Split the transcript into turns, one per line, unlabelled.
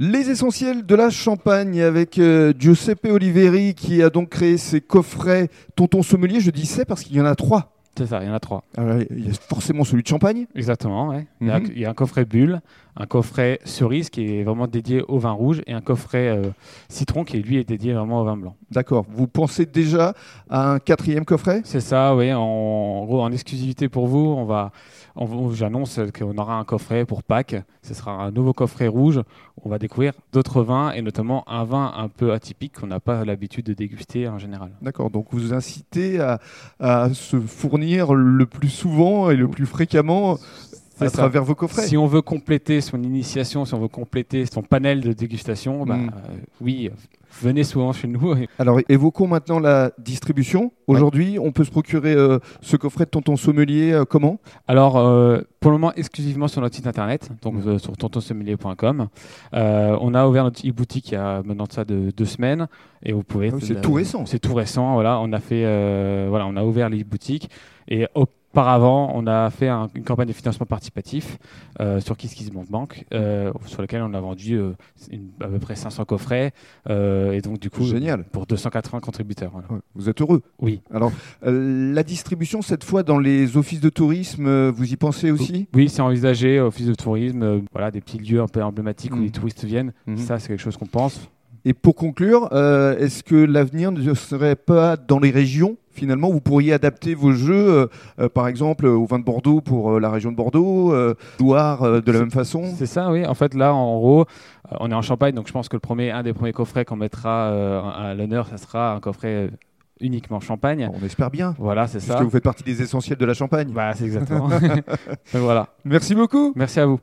Les essentiels de la Champagne avec euh, Giuseppe Oliveri qui a donc créé ces coffrets Tonton Sommelier. Je dis c'est parce qu'il y en a trois.
C'est ça, il y en a trois.
Alors, il y a forcément celui de Champagne.
Exactement, ouais. il, y a,
Mhm.
il y a un coffret bulle, un coffret cerise qui est vraiment dédié au vin rouge et un coffret euh, citron qui lui est dédié vraiment au vin blanc.
D'accord. Vous pensez déjà à un quatrième coffret
C'est ça, oui. En, en gros, en exclusivité pour vous, on va, on- on- j'annonce qu'on aura un coffret pour Pâques. Ce sera un nouveau coffret rouge. On va découvrir d'autres vins et notamment un vin un peu atypique qu'on n'a pas l'habitude de déguster en général.
D'accord. Donc vous incitez à, à se fournir le plus souvent et le plus fréquemment à
C'est ça.
travers vos coffrets.
Si on veut compléter son initiation, si on veut compléter son panel de dégustation, bah,
Mm.
euh, oui, euh, venez souvent chez nous.
Alors évoquons maintenant la distribution. Aujourd'hui, on peut se procurer euh, ce coffret de Tonton Sommelier euh, comment
Alors, euh, pour le moment, exclusivement sur notre site internet, donc
Mhm.
euh, sur tontonsommelier.com. Euh, on a ouvert notre e-boutique il y a maintenant de ça de deux semaines, et vous pouvez.
Ah oui, c'est tout récent.
C'est tout récent. Voilà, on a fait, euh, voilà, on a ouvert l'e-boutique et auparavant, on a fait un- une campagne de financement participatif euh, sur KissKissBankBank, euh, sur laquelle on a vendu euh, une- à peu près 500 coffrets, euh, et donc du coup,
Génial.
pour 280 contributeurs. voilà.
Ouais, Vous êtes heureux.
Oui.
Alors, euh, la distribution, cette fois, dans les offices de tourisme, euh, vous y pensez aussi
Oui, c'est envisagé, office de tourisme, euh, voilà, des petits lieux un peu emblématiques où
Mhm.
les touristes viennent.
Mhm.
Ça, c'est quelque chose qu'on pense.
Et pour conclure, euh, est-ce que l'avenir ne serait pas dans les régions Finalement, vous pourriez adapter vos jeux, euh, euh, par exemple, au vin de Bordeaux pour euh, la région de Bordeaux, euh, Loire euh, de la même façon.
C'est ça, oui. En fait, là, en gros, euh, on est en Champagne, donc je pense que le premier, un des premiers coffrets qu'on mettra euh, à l'honneur, ça sera un coffret euh, uniquement Champagne.
On espère bien,
Voilà, c'est
puisque
ça.
vous faites partie des essentiels de la Champagne.
Bah, c'est exactement. Donc, voilà.
Merci beaucoup.
Merci à vous.